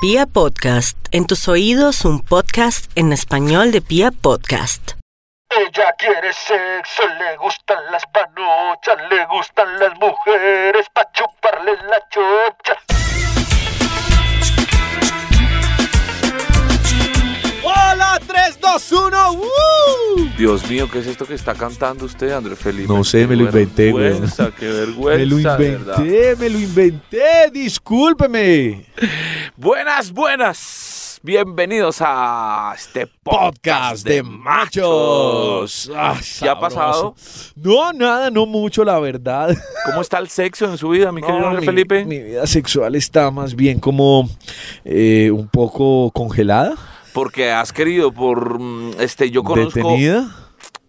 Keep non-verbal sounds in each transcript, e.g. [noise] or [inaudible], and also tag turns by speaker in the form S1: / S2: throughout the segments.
S1: Pia Podcast, en tus oídos un podcast en español de Pia Podcast.
S2: Ella quiere sexo, le gustan las panochas, le gustan las mujeres pa' chuparle la chocha.
S3: ¡Hola! 3, 2, 1, ¡Woo!
S4: Dios mío, ¿qué es esto que está cantando usted, Andrés Felipe?
S3: No sé,
S4: Qué
S3: me lo inventé, güey.
S4: vergüenza, Qué vergüenza,
S3: Me lo
S4: de verdad.
S3: inventé, me lo inventé, discúlpeme.
S4: Buenas, buenas. Bienvenidos a este
S3: Podcast de machos. Ah,
S4: ¿Qué ha pasado?
S3: sabroso. No, nada, no mucho, la
S4: [laughs]
S3: verdad.
S4: ¿Cómo está el sexo en su vida, mi querido
S3: No,
S4: Andrés
S3: mi-
S4: Felipe?
S3: Mi vida sexual está más bien como eh, un poco congelada,
S4: Porque has querido por mm, este yo conozco
S3: detenida.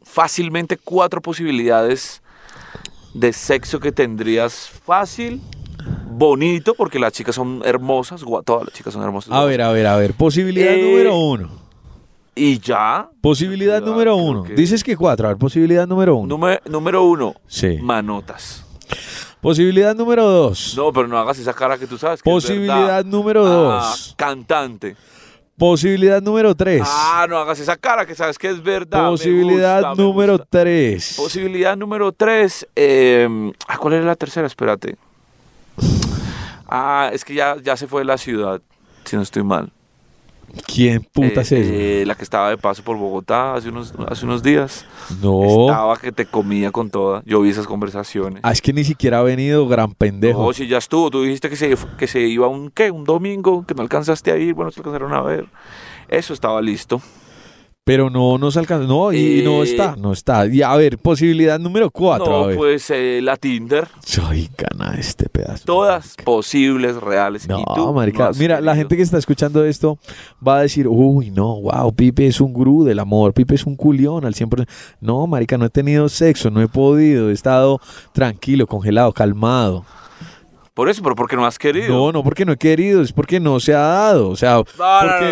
S4: fácilmente cuatro posibilidades de sexo que tendrías fácil, bonito, porque las chicas son hermosas, gua- todas las chicas son hermosas.
S3: A ver, a ver, a ver. Posibilidad
S4: Eh,
S3: número uno.
S4: Y ya,
S3: Posibilidad
S4: creo
S3: número
S4: que-
S3: uno. Dices que cuatro, a ver, posibilidad número uno.
S4: Número, número uno,
S3: Sí.
S4: manotas.
S3: Posibilidad número dos.
S4: No, pero no hagas esa cara que tú sabes. Que es
S3: Posibilidad
S4: verdad.
S3: número
S4: Ah,
S3: dos.
S4: cantante.
S3: Posibilidad número 3.
S4: Ah, no hagas esa cara que sabes que es verdad. me
S3: Posibilidad
S4: gusta, me
S3: número
S4: gusta.
S3: 3.
S4: Posibilidad número tres. eh, ah, ¿Cuál era la tercera? Espérate. Ah, es que ya, ya se fue de la ciudad, si no estoy mal.
S3: ¿Quién puta es
S4: Eh,
S3: eso?
S4: eh, la que estaba de paso por Bogotá hace unos, hace unos días.
S3: no.
S4: Estaba que te comía con toda. Yo vi esas conversaciones.
S3: Ah, es que ni siquiera ha venido, gran pendejo.
S4: No, si ya estuvo. Tú dijiste que se, que se iba un qué, un domingo, que no alcanzaste a ir. Bueno, se alcanzaron a ver. Eso estaba listo.
S3: Pero no nos alcanza. No, y, y no
S4: Eh,
S3: está, no está. Y a ver, posibilidad número 4. a
S4: no,
S3: ver.
S4: pues eh, la Tinder.
S3: Soy cana de este pedazo.
S4: Todas posibles, reales.
S3: No,
S4: y tú
S3: marica.
S4: has
S3: Mira, la
S4: querido.
S3: gente que está escuchando esto va a decir, uy, no, wow, Pipe es un gurú del amor, Pipe es un culión al 100%. No, marica, no he tenido sexo, no he podido, he estado tranquilo, congelado, calmado.
S4: Por eso, pero porque no has querido.
S3: No, no porque no he querido, es porque no se ha dado. O sea,
S4: no,
S3: porque-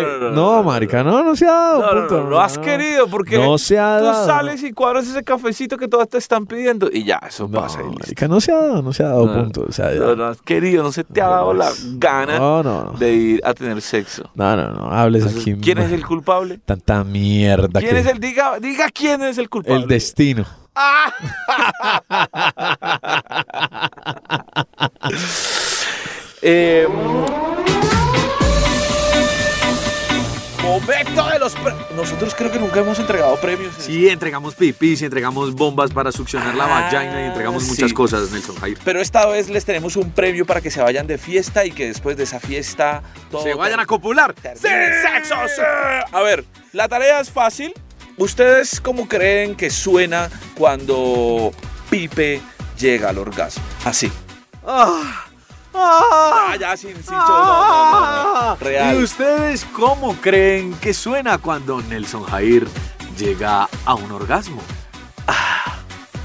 S4: no, no, no,
S3: no,
S4: no,
S3: marica, no, no se ha dado.
S4: No, no,
S3: punto.
S4: no, no has querido porque
S3: no se ha
S4: tú
S3: dado.
S4: sales y cuadras ese cafecito que todas te están pidiendo y ya, eso
S3: No,
S4: pasa. y listo.
S3: marica, no se ha dado, no se ha dado,
S4: No,
S3: punto. O sea, ya.
S4: No, no has querido, no se te ha dado la gana
S3: No, no, no.
S4: de ir a tener sexo.
S3: No, no, no, hables
S4: Entonces,
S3: aquí.
S4: ¿Quién es el culpable?
S3: Tanta mierda
S4: ¿Quién
S3: que-
S4: es el? Diga, diga quién es el culpable.
S3: El destino.
S4: ¡Ah! Eh, momento de los pre- Nosotros creo que nunca hemos entregado premios. en
S5: Sí, entregamos pipis, entregamos bombas para succionar la
S4: Ah,
S5: vagina y entregamos
S4: sí.
S5: muchas cosas, Nelson Jair.
S4: esto. Pero esta vez les tenemos un premio para que se vayan de fiesta y que después de esa fiesta todo
S5: ¡Se vayan a
S4: ter-
S5: copular!
S4: termine en sexo, sí. A ver, la tarea es fácil. ¿Ustedes cómo creen que suena cuando Pipe llega al orgasmo? Así. Ah, ya, sin, sin show, no, no, no, no.
S3: Ah.
S5: ¿Y
S4: Real.
S5: ustedes cómo creen que suena cuando Nelson Jair llega a un orgasmo?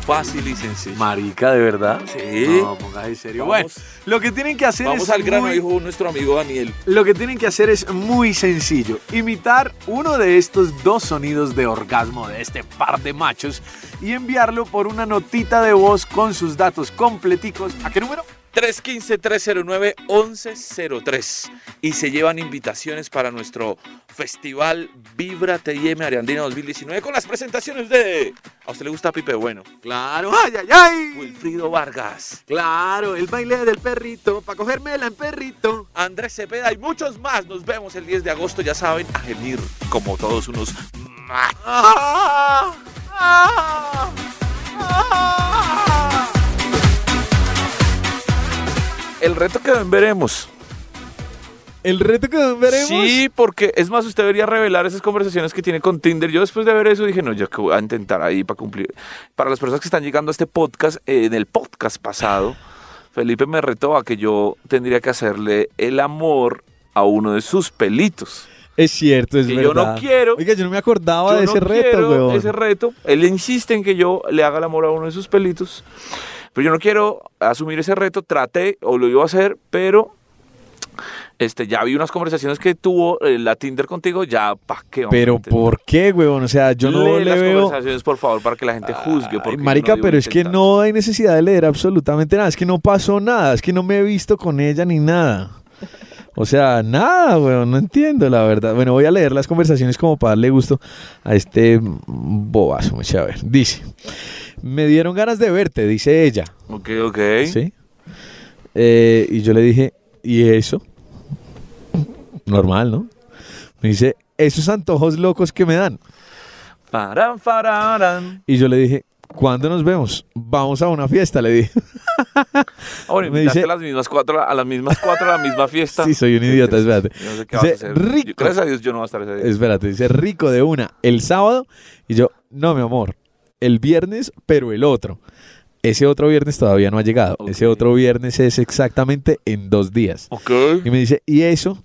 S4: Fácil y sencillo.
S5: Marica, ¿de verdad?
S4: Sí.
S5: No, pongas en serio.
S4: Vamos.
S5: Bueno, lo que tienen que hacer
S4: Vamos
S5: es
S4: al grano,
S5: muy-
S4: dijo nuestro amigo Daniel.
S5: Lo que tienen que hacer es muy sencillo, imitar uno de estos dos sonidos de orgasmo de este par de machos y
S3: em-
S5: enviarlo por una notita de voz con sus datos completicos. ¿A qué número?
S4: 315-309-1103. Y se llevan invitaciones para nuestro festival Vibra TIM Ariandina 2019 con las presentaciones de... ¿A usted le gusta Pipe Bueno?
S5: Claro, ay, ay, ay.
S4: Wilfrido Vargas,
S5: Claro, el baile del perrito, para cogérmela en perrito.
S4: Andrés Cepeda y muchos más. Nos vemos el 10 de agosto, ya saben, a gemir como todos unos... ma-
S5: Ah, ah, ah.
S4: El reto que ven veremos.
S3: El reto que veremos.
S4: Sí, porque es más, usted debería revelar esas conversaciones que tiene con Tinder. Yo después de ver eso dije, no, yo que voy a intentar ahí para cumplir. Para las personas que están llegando a este podcast, eh, en el podcast pasado, Felipe me retó a que yo tendría que hacerle el amor a uno de sus pelitos.
S3: Es cierto, es
S4: Que
S3: verdad.
S4: yo no quiero-
S3: Oiga, yo no me acordaba
S4: Yo
S3: de
S4: no
S3: Ah, ese reto,
S4: quiero
S3: weón.
S4: Ese reto. Él insiste en que yo le haga el amor a uno de sus pelitos. Pero yo no quiero asumir ese reto. Traté o lo iba a hacer, pero este, ya vi unas conversaciones que tuvo eh, la Tinder contigo. Ya, ¿para qué? vamos a
S3: Pero
S4: intentar?
S3: ¿por qué, weón? O sea, yo no
S4: Lee
S3: le
S4: las
S3: veo.
S4: conversaciones, por favor, para que la gente juzgue.
S3: Ay,
S4: porque yo
S3: marica,
S4: digo
S3: pero es que
S4: intentar.
S3: no hay necesidad de leer absolutamente nada. Es que no pasó nada. Es que no me he visto con ella ni nada. O sea, nada, weón, no entiendo la verdad. Bueno, voy a leer las conversaciones como para darle gusto a este bobazo. mucha- A ver, dice, me dieron ganas de verte, dice ella.
S4: Ok, ok.
S3: ¿Sí? Eh, y yo le dije, ¿y eso? Normal, ¿no? Me dice, esos antojos locos que me dan.
S4: Farán, farán.
S3: Y yo le dije, ¿cuándo nos vemos? Vamos a una fiesta, le dije. [laughs]
S4: Ahora,
S3: Me
S4: invitaste
S3: dice-
S4: a las mismas cuatro, a las mismas cuatro a la
S3: [laughs]
S4: misma fiesta.
S3: Sí, soy un idiota,
S4: Qué triste.
S3: espérate.
S4: Yo No sé qué vas a
S3: Dice,
S4: hacer. Yo-
S3: rico.
S4: gracias a Dios yo no voy a estar ese día.
S3: Espérate, dice rico de una el sábado. Y yo, no, mi amor, el viernes, pero el otro. Ese otro viernes todavía no ha llegado.
S4: Ok.
S3: Ese otro viernes es exactamente en dos días.
S4: Ok.
S3: Y me dice, ¿y eso?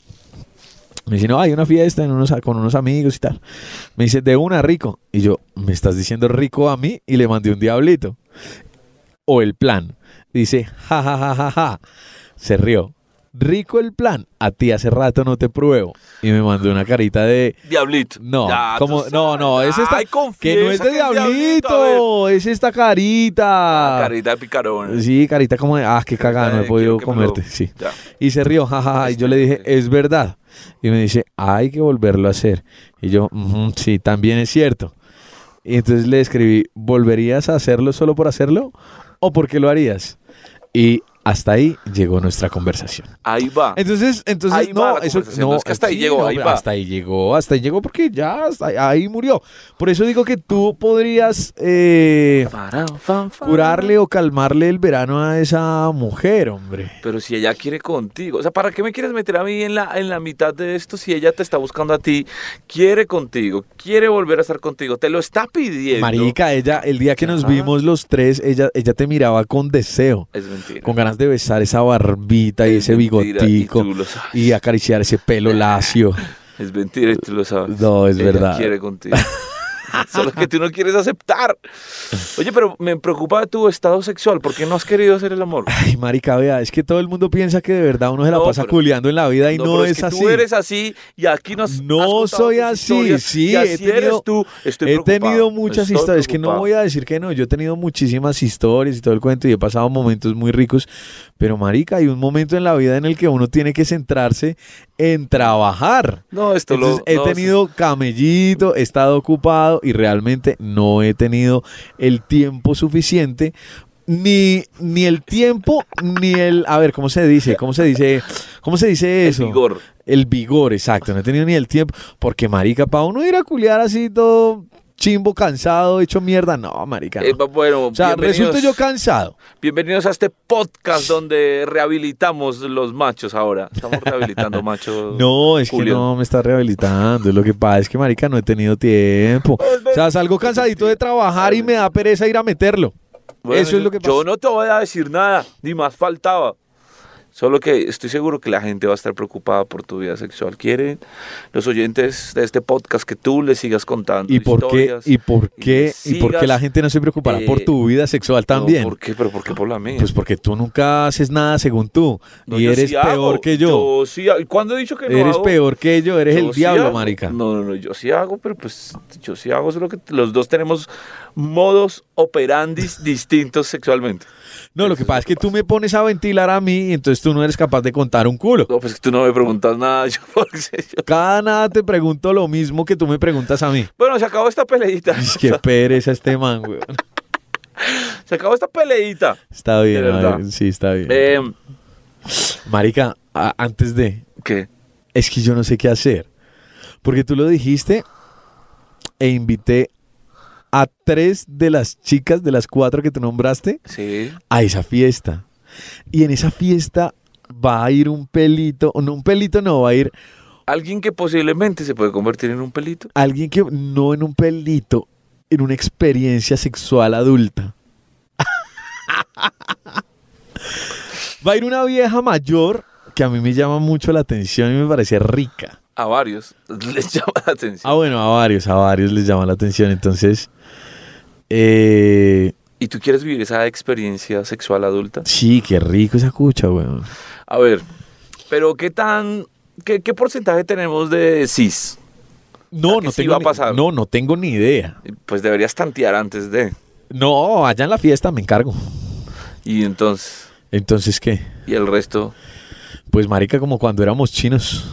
S3: Me dice, no, hay una fiesta en unos- con unos amigos y tal. Me dice, de una rico. Y yo, ¿me estás diciendo rico a mí? Y le mandé un diablito. O el plan. Dice, ja, ja, ja, ja, ja. Se rió. Rico el plan. A ti hace rato no te pruebo. Y me mandó una carita de...
S4: Diablito.
S3: No,
S4: Ya, tú
S3: como, no,
S4: sabes.
S3: no, ese está...
S4: Ay,
S3: Que no es
S4: confiesa
S3: de
S4: que a ver. Ah,
S3: diablito, es esta carita.
S4: Carita de picarón.
S3: Sí, carita como de, ah, qué cagada, no he
S4: Quiero
S3: podido
S4: que me lo-
S3: comerte. Sí.
S4: Ya.
S3: Y se rió, jajaja. Y yo le dije, es verdad. Y me dice, hay que volverlo a hacer. Y yo, "Ujú, sí, también es cierto. Y entonces le escribí, ¿volverías a hacerlo solo por hacerlo? ¿O por qué lo harías? Y hasta ahí llegó nuestra conversación.
S4: Ahí va.
S3: Entonces, entonces
S4: Ah, Ahí
S3: no,
S4: va la
S3: eso
S4: conversación, no es que hasta ahí
S3: sí,
S4: llegó, ahí
S3: pero
S4: va.
S3: Hasta ahí llegó, hasta ahí llegó porque ya hasta ahí, ahí murió. Por eso digo que tú podrías eh,
S4: Farán, fan, fan.
S3: curarle o calmarle el verano a esa mujer, hombre.
S4: Pero si ella quiere contigo, o sea, ¿para qué me quieres meter a mí en la, en la mitad de esto si ella te está buscando a ti, quiere contigo, quiere volver a estar contigo, te lo está pidiendo?
S3: Marica, ella, el día que nos
S4: Ya.
S3: vimos los tres, ella, ella te miraba con deseo,
S4: Es mentira.
S3: con ganas de besar esa barbita y
S4: Es
S3: ese
S4: mentira,
S3: bigotico
S4: Y tú lo sabes.
S3: y acariciar ese pelo
S4: [laughs]
S3: lacio.
S4: Es mentira y tú lo sabes.
S3: No, es
S4: Ella
S3: verdad.
S4: quiere contigo. [laughs] Solo que tú no quieres aceptar. Oye, pero me preocupa tu estado sexual. ¿Por qué no has querido hacer el amor?
S3: Ay, marica, vea, es que todo el mundo piensa que de verdad uno se la
S4: No,
S3: pasa
S4: pero-
S3: culeando en la vida y no,
S4: pero
S3: es,
S4: que
S3: así.
S4: Tú eres así y aquí nos.
S3: No
S4: has contado
S3: soy
S4: tus
S3: así,
S4: historias,
S3: sí,
S4: Y
S3: he
S4: así
S3: tenido-
S4: eres tú. Estoy
S3: he tenido
S4: preocupado,
S3: muchas
S4: estoy
S3: historias que no
S4: preocupado.
S3: voy a decir que no. Yo he tenido muchísimas historias y todo el cuento y he pasado momentos muy ricos. Pero, marica, hay un momento en la vida en el que uno tiene que centrarse en trabajar.
S4: No, esto lo-
S3: Entonces, he
S4: no,
S3: tenido camellito, he estado ocupado y realmente no he tenido el tiempo suficiente. Ni, ni el tiempo, ni el. A ver, ¿cómo se dice? ¿Cómo se dice? ¿Cómo se dice
S4: el
S3: eso?
S4: vigor.
S3: El vigor, exacto. No he tenido ni el tiempo. Porque, marica, para uno ir a culiar así todo chimbo, cansado, hecho mierda. No, marica. no.
S4: Eh, bueno,
S3: o sea,
S4: bienvenidos-
S3: resulto yo cansado.
S4: Bienvenidos a este podcast donde rehabilitamos los machos ahora. Estamos
S3: [laughs]
S4: rehabilitando machos.
S3: No, es
S4: Julio.
S3: que no me está rehabilitando. Lo que pasa es que, marica, no he tenido tiempo. O sea, salgo cansadito de trabajar y me da pereza ir a meterlo.
S4: Bueno,
S3: Eso es
S4: yo-
S3: lo que
S4: Yo
S3: pasa.
S4: no te voy a decir nada, ni más faltaba. Solo que estoy seguro que la gente va a estar preocupada por tu vida sexual. Quieren los oyentes de este podcast que tú les sigas contando
S3: ¿Y por qué?
S4: historias.
S3: ¿Y por qué?
S4: y
S3: ¿Y por qué
S4: sigas,
S3: la gente no se preocupará por
S4: eh,
S3: tu vida sexual
S4: No,
S3: también?
S4: ¿Por qué? ¿Pero por qué por la mía?
S3: Pues porque tú nunca haces nada según tú.
S4: No,
S3: y
S4: yo
S3: eres
S4: sí hago.
S3: peor que yo.
S4: Yo sí hago. ¿Y cuándo he dicho que no
S3: eres
S4: hago?
S3: peor que yo. Eres
S4: Yo
S3: el
S4: sí
S3: diablo,
S4: hago.
S3: marica.
S4: No, no, no, yo sí hago, pero pues yo sí hago, solo que los dos tenemos modos operandis distintos sexualmente.
S3: No, lo que pasa es que tú me pones a ventilar a mí y entonces tú no eres capaz de contar un culo.
S4: No, pues tú no me preguntas nada, [laughs] yo porque sé yo-
S3: Cada nada te pregunto lo mismo que tú me preguntas a mí.
S4: Bueno, se acabó esta peleita.
S3: Es que pereza este man, weón.
S4: [laughs] Se acabó esta peleita.
S3: Está bien,
S4: De
S3: a ver,
S4: verdad.
S3: sí, está bien.
S4: Eh,
S3: Marica, a- antes de,
S4: ¿Qué?
S3: es que yo no sé qué hacer. Porque tú lo dijiste e invité a tres de las chicas, de las cuatro que tú nombraste,
S4: Sí.
S3: a esa fiesta. Y en esa fiesta va a ir un pelito, o no, un pelito no, va a ir
S4: Alguien que posiblemente se puede convertir en un pelito.
S3: alguien que no en un pelito, en una experiencia sexual adulta. [laughs] Va a ir una vieja mayor que a mí me llama mucho la atención y me parece rica.
S4: A varios [laughs] les llama la atención.
S3: Ah, bueno, a varios, a varios les llama la atención. Entonces, eh,
S4: ¿Y tú quieres vivir esa experiencia sexual adulta?
S3: sí, qué rico esa cucha, weón.
S4: A ver, pero ¿qué tan... ¿Qué, qué porcentaje tenemos de cis?
S3: No,
S4: que
S3: no
S4: sí
S3: tengo,
S4: va a
S3: ni-
S4: pasar?
S3: no, no tengo ni idea.
S4: Pues deberías tantear antes de.
S3: No, allá en la fiesta me encargo.
S4: Y entonces,
S3: Entonces, ¿qué?
S4: y el resto.
S3: Pues marica, como cuando éramos chinos.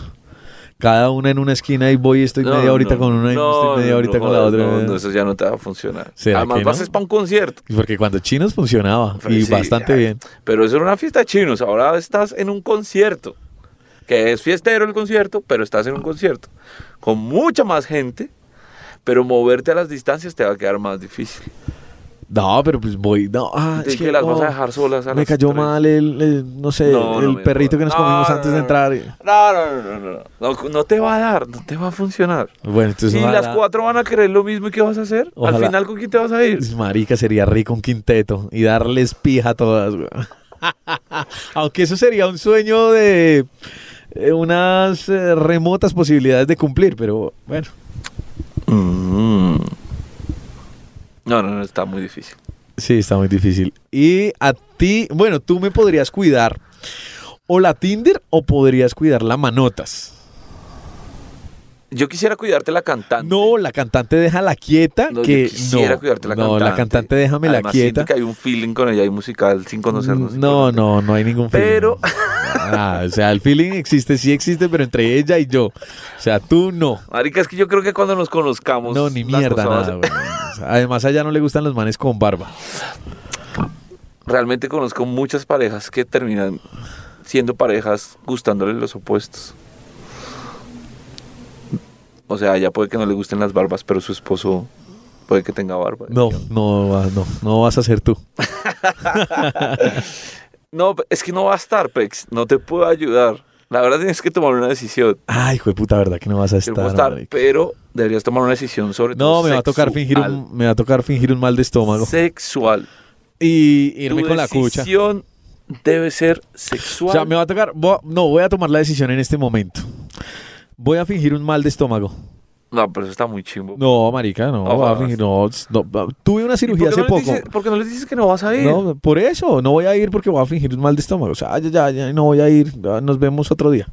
S3: Cada una en una esquina y voy estoy media horita con una y estoy media horita con la
S4: jodas,
S3: otra.
S4: No, no, eso ya no te va a funcionar.
S3: ¿Será
S4: Además,
S3: que
S4: vas
S3: no?
S4: es para un concierto.
S3: Porque cuando chinos funcionaba
S4: Pero
S3: y
S4: Pues sí,
S3: bastante
S4: ay,
S3: bien.
S4: Pero eso era una fiesta de chinos. Ahora estás en un concierto. Que es fiestero el concierto, pero estás en un concierto. Con mucha más gente, pero moverte a las distancias te va a quedar más difícil.
S3: No, pero pues voy. No, ah,
S4: Es
S3: es
S4: que las vas
S3: no,
S4: a dejar solas a
S3: Me
S4: las
S3: cayó
S4: tres.
S3: mal el, el- no sé,
S4: No, no
S3: el
S4: me
S3: perrito que nos
S4: jodas. No,
S3: comimos
S4: no,
S3: antes de
S4: no.
S3: entrar.
S4: No, no, no, no, no. No, no te va a dar, no te va a funcionar.
S3: Bueno, entonces.
S4: Si
S3: Pues ojalá-
S4: las cuatro van a querer lo mismo, ¿y qué vas a hacer? Al
S3: Ojalá.
S4: final, ¿con quién te vas a ir?
S3: Pues, Marica, sería rico un quinteto y darles pija a todas, güey. [laughs] Aunque eso sería un sueño de eh, unas eh, remotas posibilidades de cumplir, pero bueno.
S4: Mm. No, no, no, está muy difícil.
S3: Sí, está muy difícil. Y a ti, bueno, tú me podrías cuidar o la Tinder o podrías cuidar la manotas.
S4: Yo quisiera cuidarte la cantante.
S3: No, la cantante déjala quieta.
S4: No, yo
S3: que
S4: quisiera
S3: no,
S4: cuidarte la
S3: no,
S4: cantante.
S3: la cantante déjamela
S4: Además,
S3: quieta. Mm,
S4: Siento que hay un feeling con ella, hay musical sin conocernos. sin
S3: No,
S4: conocernos.
S3: no, no hay ningún feeling.
S4: Pero-
S3: Ah, o sea, el feeling existe, sí existe, pero entre ella y yo. O sea, tú no.
S4: Marica, es que yo creo que cuando nos conozcamos.
S3: No, ni
S4: la
S3: mierda,
S4: cosa va a
S3: nada,
S4: ser-
S3: güey. O sea, Además, a ella no le gustan los manes con barba.
S4: [laughs] Realmente conozco muchas parejas que terminan siendo parejas gustándoles los opuestos. O sea, ya puede que no le gusten las barbas, pero su esposo puede que tenga barba.
S3: No, no, va- no, no vas a ser tú.
S4: No, es que no va a estar, Pex. No te puedo ayudar. La verdad tienes que tomar una decisión.
S3: Ay, hijo de puta, ¿verdad que no vas a
S4: Yo
S3: estar?
S4: no puedo estar,
S3: marica?
S4: pero deberías tomar una decisión sobre
S3: No,
S4: todo
S3: me va a tocar fingir
S4: sexual.
S3: un, me va a tocar fingir un mal de estómago
S4: Sexual.
S3: y irme
S4: Tu
S3: con la cucha.
S4: decisión debe ser
S3: O
S4: sexual.
S3: sea, me va a tocar, voy a- no, voy a tomar la decisión en este momento. Voy a fingir un mal de estómago.
S4: No, pero eso está muy chimbo.
S3: No, marica, no,
S4: No
S3: voy a
S4: jodas.
S3: fingir, no, no, tuve una
S4: ¿Y por
S3: cirugía
S4: qué
S3: hace
S4: no les
S3: poco.
S4: dices- ¿Por qué no les dices que no vas a ir?
S3: No, por eso, no voy a ir porque voy a fingir un mal de estómago. O sea, ya, ya, ya, no voy a ir, ya, nos vemos otro día.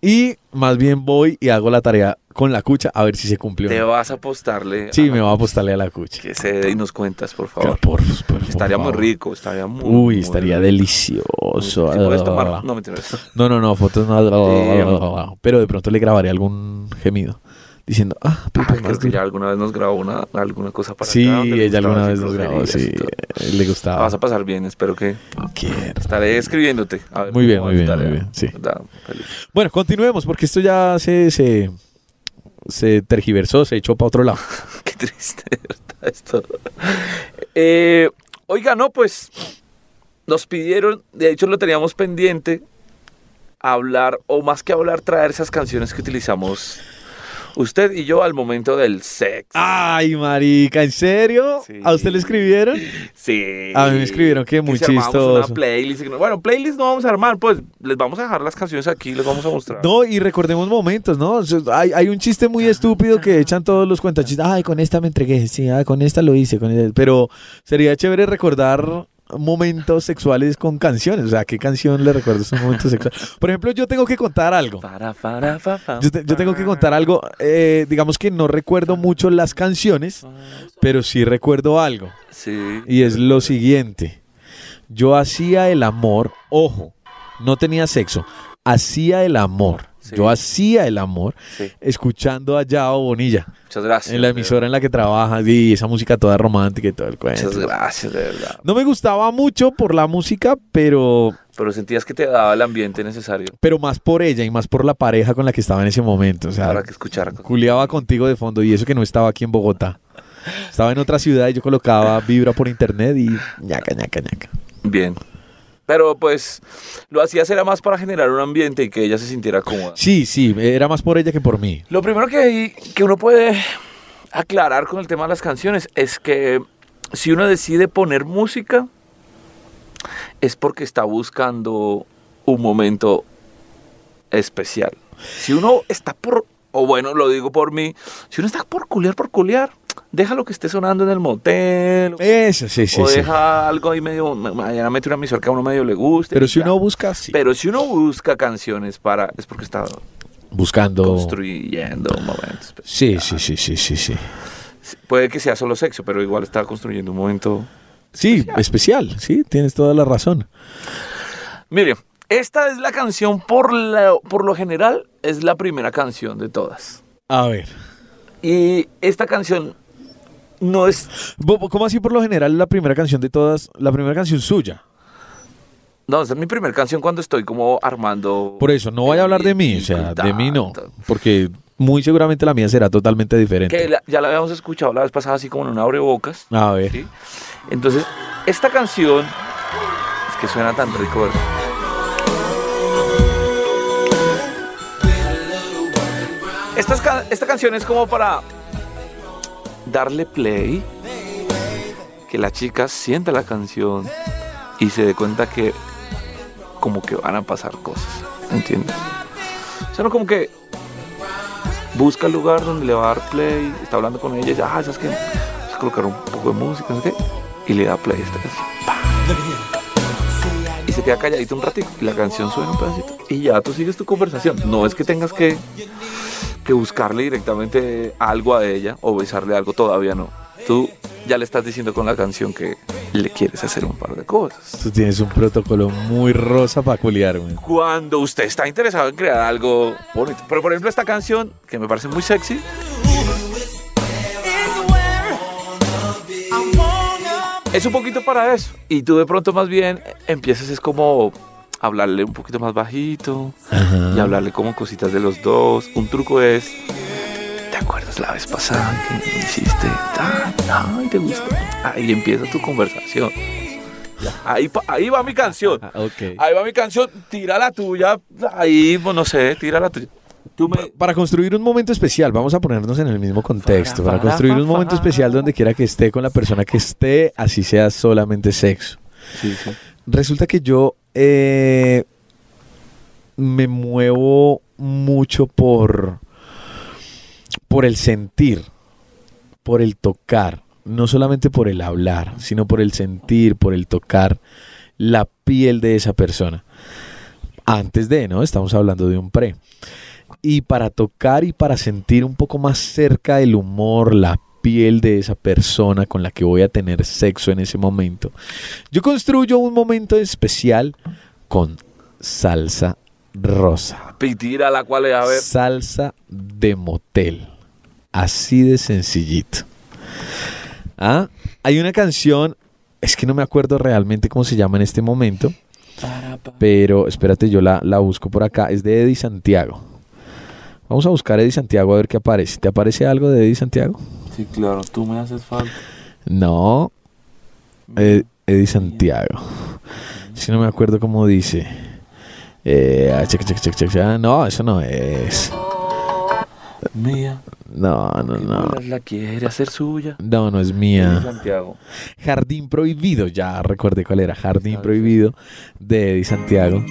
S3: Y más bien voy y hago la tarea con la cucha a ver si se cumplió.
S4: Te vas a apostarle.
S3: Sí,
S4: a-
S3: me va a apostarle a la cucha.
S4: Que se dé y nos cuentas, por favor.
S3: Por, por, por
S4: estaría muy
S3: favor.
S4: rico, estaría muy.
S3: Uy,
S4: muy
S3: estaría
S4: rico.
S3: delicioso. Ah,
S4: Si puedes tomar. No, mentira.
S3: [laughs] No, no, no, fotos no.
S4: Damn.
S3: Pero de pronto le grabaré algún gemido diciendo, ah,
S4: Ah,
S3: Pipe,
S4: creo
S3: más
S4: que
S3: duro".
S4: ya alguna vez nos grabó una, alguna cosa para
S3: Sí,
S4: acá, donde le
S3: ella
S4: gustaba
S3: alguna vez
S4: decir
S3: lo grabó,
S4: groserías
S3: sí.
S4: y todo.
S3: eh, Le
S4: La vas
S3: gustaba.
S4: a pasar bien, espero que
S3: Qué
S4: estaré escribiéndote. A ver
S3: Muy bien,
S4: cómo
S3: muy
S4: va tu
S3: bien, muy
S4: tarea.
S3: bien, sí.
S4: ¿Verdad? Feliz. [laughs]
S3: Bueno, continuemos porque esto ya se, se, se tergiversó, se echó para otro
S4: [laughs]
S3: lado.
S4: Qué triste está esto. Eh, oiga, no, pues nos pidieron, de hecho lo teníamos pendiente, hablar, o más que hablar, traer esas canciones que utilizamos usted y yo al momento del sexo.
S3: Ay, marica, ¿en serio?
S4: Sí.
S3: ¿A usted le escribieron?
S4: Sí.
S3: A mí me escribieron que muy
S4: si armábamos
S3: chistoso.
S4: Una playlist. y que no- Bueno, playlist no vamos a armar, pues les vamos a dejar las canciones aquí, les vamos a mostrar.
S3: No, y recordemos momentos, ¿no? O sea, Hay, hay un chiste muy estúpido que echan todos los cuentachistes. Ay, con esta me entregué, sí, ay, con esta lo hice. Con esta". Pero sería chévere recordar momentos sexuales con canciones. O sea, ¿qué canción le recuerdas un momento sexual? Por ejemplo, yo tengo que contar algo.
S4: Para, para, pa, pa,
S3: Yo, te- yo tengo que contar algo. eh, digamos que no recuerdo mucho las canciones, pero sí recuerdo algo.
S4: Sí.
S3: Y es lo siguiente. Yo hacía el amor, ojo, no tenía sexo. Hacía el amor.
S4: Sí.
S3: Yo hacía el amor
S4: Sí.
S3: escuchando a Yao Bonilla
S4: Muchas gracias.
S3: en la
S4: de
S3: emisora en la que trabaja. Y esa música toda romántica y todo el
S4: verdad. Muchas
S3: cuento.
S4: gracias, de verdad.
S3: No me gustaba mucho por la música, pero,
S4: Pero sentías que te daba el ambiente necesario
S3: pero más por ella y más por la pareja con la que estaba en ese momento. O sea,
S4: para que escuchara.
S3: Culeaba contigo de fondo y eso que no estaba aquí en Bogotá. Estaba en otra ciudad y yo colocaba vibra por internet y ñaca, ñaca, ñaca.
S4: Bien. Pero pues lo hacías era más para generar un ambiente y que ella se sintiera cómoda.
S3: Sí, sí, era más por ella que por mí.
S4: Lo primero que, que uno puede aclarar con el tema de las canciones es que si uno decide poner música es porque está buscando un momento especial. Si uno está por, o bueno, lo digo por mí, si uno está por culiar, por culiar, deja lo que esté sonando en el motel. o-
S3: Eso, sí, sí,
S4: o
S3: sí.
S4: deja algo ahí medio, mañana mete una emisora que a uno medio le guste.
S3: Pero
S4: y
S3: si
S4: ya.
S3: uno busca, sí.
S4: Pero si uno busca canciones para, es porque está
S3: Buscando.
S4: construyendo un momento.
S3: Sí,
S4: especial.
S3: sí, sí, sí, sí, sí.
S4: Puede que sea solo sexo, pero igual está construyendo un momento.
S3: Sí, especial, sí, tienes toda la razón.
S4: Mire, Esta es la canción, por, la- por lo general, es la primera canción de todas.
S3: A ver.
S4: Y esta canción no es
S3: Bo- bo- ¿Cómo así por lo general la primera canción de todas, la primera canción suya?
S4: No, esa es mi primera canción cuando estoy como armando.
S3: Por eso, no vaya a hablar de mí, o sea, de mí no, porque muy seguramente la mía será totalmente
S4: Que
S3: diferente.
S4: la- ya la habíamos escuchado la vez pasada, así como en un abrebocas.
S3: A ver.
S4: ¿sí? Entonces, esta canción. Es que suena tan rico, ¿verdad? Estas ca- esta canción es como para darle play, que la chica sienta la canción y se dé cuenta que como que van a pasar cosas, ¿entiendes? O sea, no como que busca el lugar donde le va a dar play, está hablando con ella, y ya, ah, ¿sabes qué? Vamos a colocar un poco de música, no sé qué, y le da play a esta canción. pa. Y se queda calladito un ratito y la canción suena un pedacito. Y ya tú sigues tu conversación. No es que tengas que, que buscarle directamente algo a ella o besarle algo, todavía no. Tú ya le estás diciendo con la canción que le quieres hacer un par de cosas.
S3: Tú tienes un protocolo muy rosa peculiar, güey.
S4: Cuando usted está interesado en crear algo bonito. Pero por ejemplo esta canción, que me parece muy sexy, Es un poquito para eso. Y tú de pronto más bien empiezas es como hablarle un poquito más bajito y hablarle como cositas de los dos. Un truco es, ¿te acuerdas la vez pasada que hiciste? tan? Ay, te gustó. Ahí empieza tu conversación. Ya, Ahí, pa- ahí va mi canción.
S3: Ah, Ok.
S4: Ahí va mi canción. Tira la tuya. Ahí, pues, no sé, tira la tuya. Tú me...
S3: Para construir un momento especial, vamos a ponernos en el mismo contexto. Para
S4: Farafara,
S3: construir un momento
S4: farafara.
S3: especial donde quiera que esté con la persona que esté, así sea solamente sexo.
S4: Sí, sí.
S3: Resulta que yo eh, me muevo mucho por, por el sentir, por el tocar, no solamente por el hablar, sino por el sentir, por el tocar la piel de esa persona. Antes de, ¿no? Estamos hablando de un pre. Y para tocar y para sentir un poco más cerca el humor, la piel de esa persona con la que voy a tener sexo en ese momento, yo construyo un momento especial con salsa rosa.
S4: Pi, Tira la cual es, a ver.
S3: Salsa de motel. Así de sencillito. ¿Ah? Hay una canción, es que no me acuerdo realmente cómo se llama en este momento, pero espérate, yo la, la busco por acá. Es de Eddie Santiago. Vamos a buscar a Eddie Santiago a ver qué aparece. ¿Te aparece algo de Eddie Santiago?
S4: Sí, claro, tú me haces falta.
S3: No. Ed- Eddie Santiago. Si no me acuerdo cómo dice. Eh, ah, checa, checa, checa, checa. Ah, No, eso no es.
S4: Mía.
S3: No, no, no.
S4: La quiere hacer suya.
S3: No, no es
S4: Eddie
S3: mía.
S4: Santiago.
S3: Jardín Prohibido, ya recuerde cuál era. Jardín Prohibido de Eddie Santiago.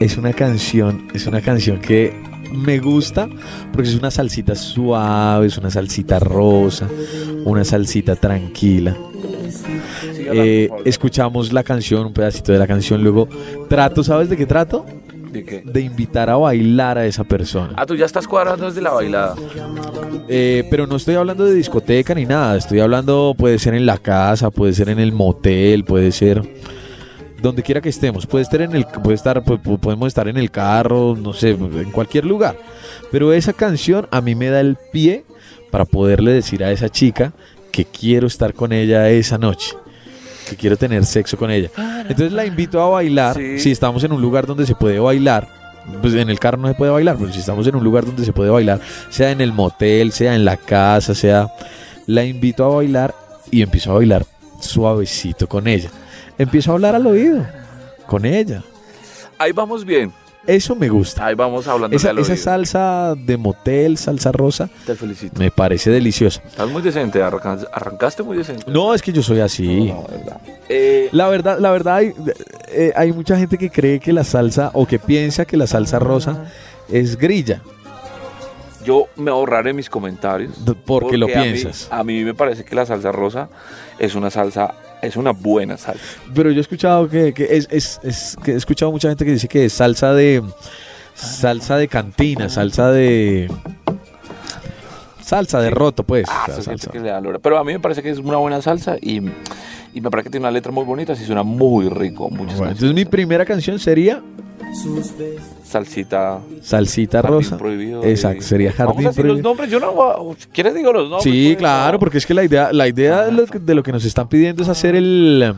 S3: Es una canción, es una canción que me gusta porque es una salsita suave, es una salsita rosa, una salsita tranquila. Eh, escuchamos la canción, un pedacito de la canción, luego trato, ¿sabes de qué trato?
S4: ¿De qué?
S3: De invitar a bailar a esa persona.
S4: Ah, tú ya estás cuadrando desde la bailada.
S3: Eh, pero no estoy hablando de discoteca ni nada, estoy hablando, puede ser en la casa, puede ser en el motel, puede ser donde quiera que estemos, puede estar en el, puede estar, po- po- podemos estar en el carro, no sé, en cualquier lugar. Pero esa canción a mí me da el pie para poderle decir a esa chica que quiero estar con ella esa noche. Que quiero tener sexo con ella. Entonces la invito a bailar.
S4: Sí.
S3: Si estamos en un lugar donde se puede bailar, pues en el carro no se puede bailar, pero si estamos en un lugar donde se puede bailar, sea en el motel, sea en la casa, sea. La invito a bailar y empiezo a bailar suavecito con ella. Empiezo a hablar al oído con ella.
S4: Ahí vamos bien.
S3: Eso me gusta.
S4: Ahí vamos hablando
S3: Esa, esa salsa de motel, salsa rosa,
S4: Te felicito.
S3: me parece deliciosa.
S4: Estás muy decente. arranca- Arrancaste muy decente.
S3: No, es que yo soy así.
S4: Eh,
S3: La verdad, la verdad hay, eh, hay mucha gente que cree que la salsa o que piensa que la
S4: Ah.
S3: salsa rosa es grilla.
S4: yo me ahorraré mis comentarios.
S3: D- porque lo
S4: a mí-
S3: piensas.
S4: A mí, me parece que la salsa rosa es una salsa, es una buena salsa.
S3: Pero yo he escuchado que, que es, es- es- que he escuchado mucha gente que dice que es salsa de salsa de cantina, salsa de salsa de roto, pues.
S4: Ah,
S3: O sea,
S4: esa gente
S3: salsa.
S4: que le da lora. Pero a mí me parece que es una buena salsa y, y me parece que tiene una letra muy bonita y suena muy rico. Muchas
S3: Bueno,
S4: canciones.
S3: entonces mi primera canción sería
S4: Salsita.
S3: Salsita
S4: Jardín
S3: rosa.
S4: prohibido,
S3: Exact,
S4: eh.
S3: sería jardín
S4: Vamos a decir
S3: prohibido.
S4: los nombres, yo no voy a- si ¿Quieres digo los nombres?
S3: Sí,
S4: pues,
S3: claro,
S4: no. Ah.
S3: porque es que la idea, la idea de, lo que, de lo que nos están pidiendo es hacer el,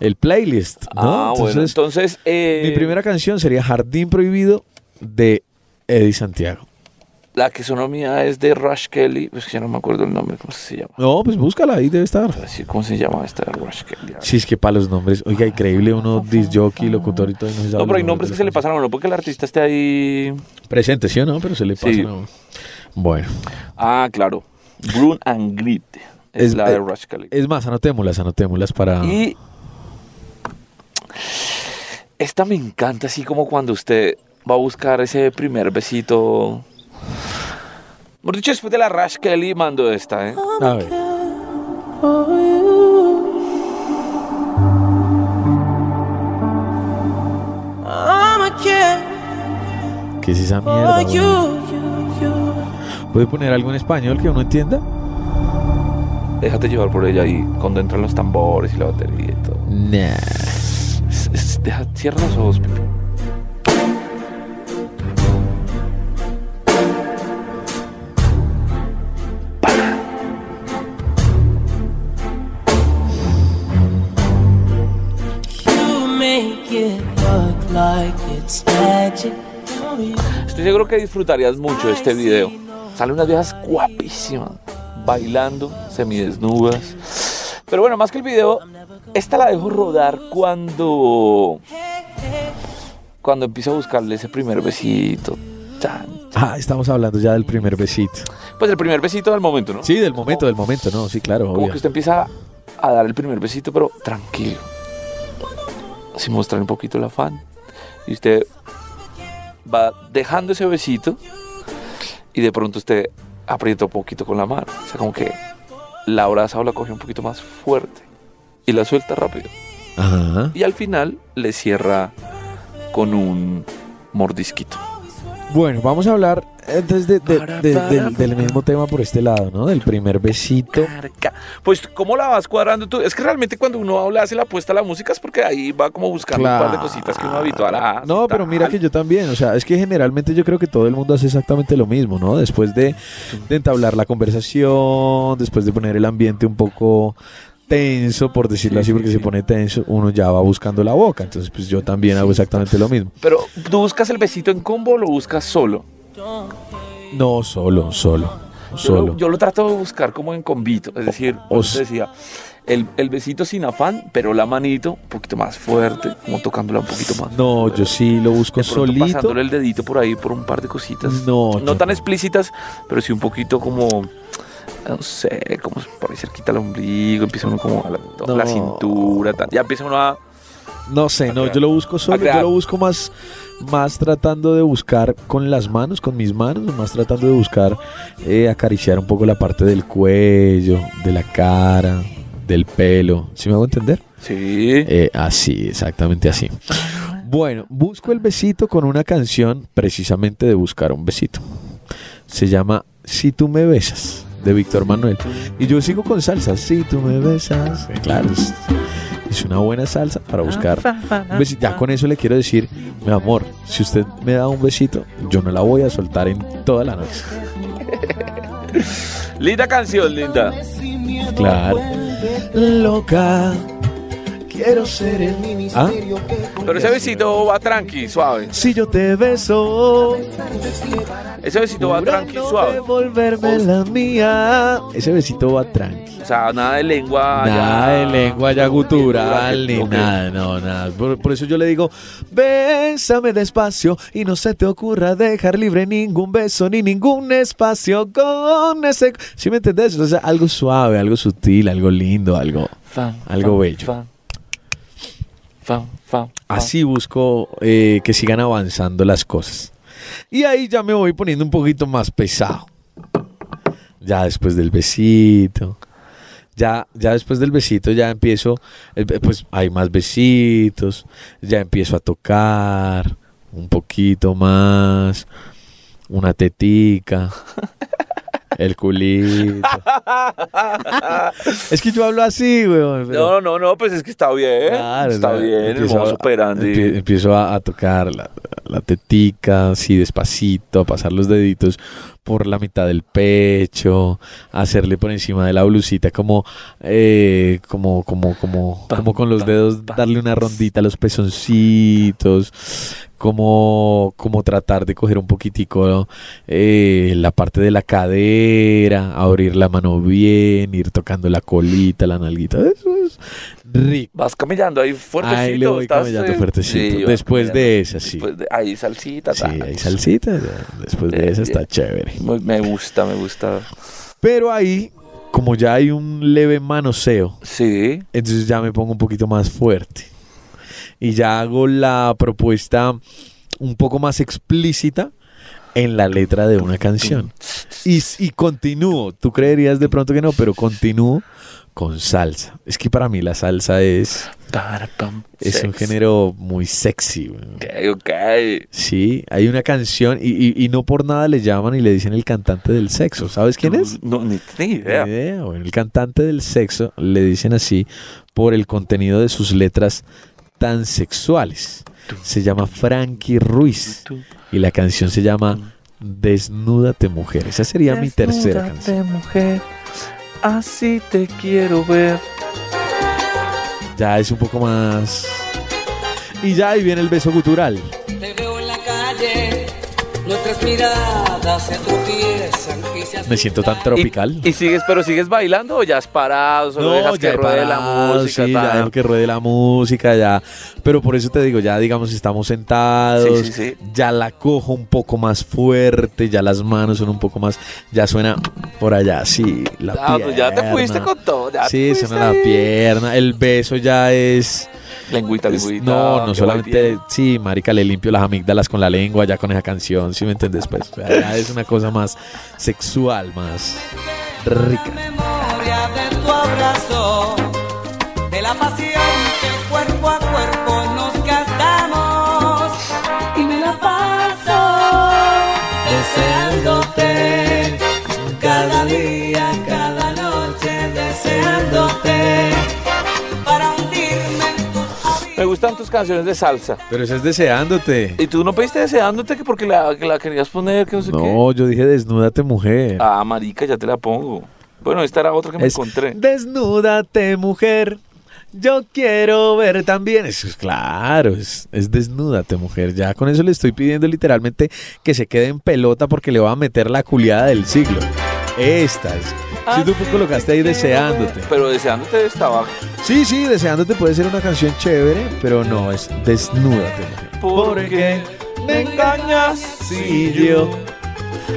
S3: el playlist, ¿no?
S4: Ah, bueno, entonces... eh,
S3: mi primera canción sería Jardín Prohibido de Eddie Santiago.
S4: La que sonó mía es de Rush Kelly, pues que ya no me acuerdo el nombre, ¿cómo se llama?
S3: No, pues búscala, ahí debe estar.
S4: Así, ¿Cómo se llama esta de Rush Kelly?
S3: Sí, es que para los nombres, oiga, increíble, uno disc jockey, locutor y todo. y se sabe
S4: No, pero hay
S3: los
S4: nombres que
S3: de
S4: se le
S3: las
S4: pasan a uno, porque el artista esté ahí...
S3: canciones. Presente, ¿sí o no? Pero se le pasa.
S4: Sí.
S3: ¿no? Bueno,
S4: Ah, claro. Brun and Grit. Es,
S3: Es-
S4: la de
S3: eh,
S4: Rush Kelly.
S3: es más, anotémoslas, anotémoslas para...
S4: Y esta me encanta, así como cuando usted va a buscar ese primer besito. Por dicho, después de la Rush Kelly mando esta, ¿eh?
S3: A ver.
S6: I'm a kid
S3: ¿Qué es esa mierda?
S6: for you,
S3: weón?
S6: you, you.
S3: ¿Puede poner algo en español que uno entienda?
S4: Déjate llevar por ella ahí, cuando entran los tambores y la batería y todo.
S3: Nah.
S4: Es- es- deja, cierra los ojos, Pipe.
S6: You make it look like it's magic. Don't you?
S4: Estoy seguro que disfrutarías mucho de este video. Salen unas viejas guapísimas, bailando, semidesnudas. Pero bueno, más que el video, esta la dejo rodar cuando. Cuando empiezo a buscarle ese primer besito. Tan.
S3: Ah, estamos hablando ya del primer besito.
S4: Pues el primer besito del momento, ¿no?
S3: Sí, del momento, del momento, no, sí, claro,
S4: Como
S3: obvio.
S4: que usted empieza a dar el primer besito, pero tranquilo. Sin mostrar un poquito el afán. Y usted va dejando ese besito y de pronto usted aprieta un poquito con la mano. O sea, como que la abraza o la coge un poquito más fuerte y la suelta rápido.
S3: Ajá.
S4: Y al final le cierra con un mordisquito.
S3: Bueno, vamos a hablar entonces de- de- de- del- del mismo tema por este lado, ¿no? Del primer besito.
S4: Carca. Pues, ¿cómo la vas cuadrando tú? Es que realmente cuando uno habla, hace la apuesta a la música, es porque ahí va como buscando un par de cositas que uno habitual hace
S3: No,
S4: y
S3: pero
S4: tal.
S3: mira que yo también, o sea, es que generalmente yo creo que todo el mundo hace exactamente lo mismo, ¿no? Después de, de entablar la conversación, después de poner el ambiente un poco tenso, por decirlo
S4: Sí,
S3: así,
S4: sí,
S3: porque
S4: sí.
S3: se pone tenso, uno ya va buscando la boca, entonces pues yo también hago exactamente lo mismo.
S4: Pero, ¿tú buscas el besito en combo o lo buscas solo?
S3: No, solo, solo,
S4: Yo lo-
S3: solo.
S4: Yo, lo trato de buscar como en combito, es decir,
S3: o
S4: como
S3: s-
S4: te decía, el, el besito sin afán, pero la manito un poquito más fuerte, como tocándola un poquito más.
S3: No, yo sí lo busco
S4: De pronto
S3: solito.
S4: pasándole el dedito por ahí por un par de cositas.
S3: No, yo
S4: No tan
S3: no.
S4: explícitas, pero sí un poquito como. No sé, como por ahí cerquita al ombligo, empieza uno como a la, a la
S3: No.
S4: cintura, tal. ya empieza uno a.
S3: No sé, no,
S4: crear.
S3: yo lo busco
S4: A
S3: solo,
S4: crear.
S3: yo lo busco más, más tratando de buscar con las manos, con mis manos, más tratando de buscar eh, acariciar un poco la parte del cuello, de la cara, del pelo. ¿Sí me hago entender?
S4: Sí.
S3: Eh, así, exactamente así. Bueno, busco el besito con una canción precisamente de buscar un besito. Se llama Si tú me besas, de Víctor Manuel. Y yo sigo con salsa, Si tú me besas. Eh, Claro, es, es una buena salsa para buscar un besito. Ya con eso le quiero decir, mi amor, si usted me da un besito, yo no la voy a soltar en toda la noche.
S4: Linda canción, linda.
S3: Claro. Loca, quiero ser el ¿Ah?
S4: Pero ese besito va tranqui, suave.
S3: Si yo te beso,
S4: Ese besito va tranqui,
S3: jurando
S4: suave.
S3: devolverme la mía. Ese besito va tranqui.
S4: O sea, nada de lengua.
S3: nada
S4: Ah, ya-
S3: de lengua ya gutural
S4: que-
S3: ni
S4: ok.
S3: nada, no, nada. Por, por eso yo le digo, bésame despacio y no se te ocurra dejar libre ningún beso ni ningún espacio con ese... ¿Sí me entendés? O sea, algo suave, algo sutil, algo lindo, algo...
S4: Fan,
S3: Algo
S4: fan,
S3: bello.
S4: fan. Fan, fan, fan.
S3: Así busco eh, que sigan avanzando las cosas. Y ahí ya me voy poniendo un poquito más pesado. Ya después del besito. Ya, ya después del besito ya empiezo, eh, pues hay más besitos, ya empiezo a tocar un poquito más, una tetica, El culito. es que yo hablo así, weón. pero-
S4: No, no, no, pues es que está bien.
S3: Claro,
S4: está
S3: la-
S4: bien, el
S3: empiezo
S4: modo
S3: a-
S4: superandi.
S3: empie- em- Empiezo a, a tocar la, la tetica, así despacito, a pasar los deditos por la mitad del pecho, a hacerle por encima de la blusita, como, eh, como, como, como, como con los dedos darle una rondita a los pezoncitos, como, como tratar de coger un poquitico eh, la parte de la cadera, abrir la mano bien, ir tocando la colita, la nalguita, eso es rico.
S4: Vas camellando ahí fuertecito.
S3: Ahí le voy
S4: estás,
S3: camellando
S4: eh,
S3: fuertecito.
S4: sí, vas
S3: después de
S4: camellando.
S3: esa, sí.
S4: Después de- ahí salsita.
S3: Sí,
S4: ta.
S3: hay salsita. ya. Después de
S4: Eh,
S3: esa está
S4: eh.
S3: chévere.
S4: Muy- Me gusta, me gusta.
S3: Pero ahí, como ya hay un leve manoseo,
S4: Sí.
S3: entonces ya me pongo un poquito más fuerte. Y ya hago la propuesta un poco más explícita en la letra de una canción. Y, y continúo. Tú creerías de pronto que no, pero continúo con salsa. Es que para mí la salsa es,
S4: Para, pam,
S3: es un
S4: sex.
S3: género muy sexy. weón.
S4: Ok, ok.
S3: Sí, hay una canción y, y- y no por nada le llaman y le dicen el cantante del sexo. ¿Sabes quién es? Eh,
S4: No, ni, ni idea.
S3: Ni idea, bueno, el cantante del sexo le dicen así por el contenido de sus letras tan sexuales. Se llama Frankie Ruiz
S4: Tú.
S3: y la canción se llama Desnúdate mujer. Esa sería ah, mi tercera canción.
S4: mujer, así te quiero ver.
S3: Ya es un poco más... Y ya ahí viene el beso gutural.
S6: Te veo en la calle, nuestras miradas se tropiezan y se
S3: Me siento tan
S6: asustan.
S3: tropical.
S4: ¿Y, y sigues, pero sigues bailando o ya has parado? Solo dejas que
S3: he
S4: ruede la
S3: parado,
S4: música.
S3: sí,
S4: tal?
S3: ya dejo que ruede la música, ya. Pero por eso te digo, ya digamos estamos sentados,
S4: Sí, sí, sí.
S3: ya la cojo un poco más fuerte, ya las manos son un poco más, ya suena por allá, sí, la
S4: Ah, pues ya te
S3: pierna.
S4: fuiste con todo. Ya
S3: Sí,
S4: te fuiste
S3: suena la
S4: ahí.
S3: pierna, el beso ya es...
S4: Lengüita,
S3: es-
S4: lengüita.
S3: no, no
S4: que
S3: solamente...
S4: voy
S3: Sí, marica, le limpio las amígdalas con la lengua ya con esa canción, si me entendés? Pues ya es una cosa más sexual, más rica.
S7: memoria de tu abrazo, de la pasión que cuerpo a cuerpo nos gastamos y me la paso deseándote cada día, cada noche deseándote para hundirme en tus
S4: bien. Me gustan tus canciones de salsa.
S3: Pero eso es deseándote.
S4: ¿Y tú no pediste deseándote que porque la, que la querías poner, que no sé qué?
S3: No, yo dije desnúdate mujer.
S4: Ah, marica, ya te la pongo. Bueno, esta era otra que me
S3: Es,
S4: encontré.
S3: Desnúdate mujer. Yo quiero ver también. Eso es claro, es, es desnúdate mujer. Ya con eso le estoy pidiendo literalmente que se quede en pelota porque le va a meter la culiada del siglo. Estas.
S4: Ah,
S3: Si tú colocaste ahí deseándote.
S4: Pero deseándote estaba
S3: Sí, sí, deseándote puede ser una canción chévere, pero no, es desnúdate mujer.
S4: Porque
S3: me engañas si yo,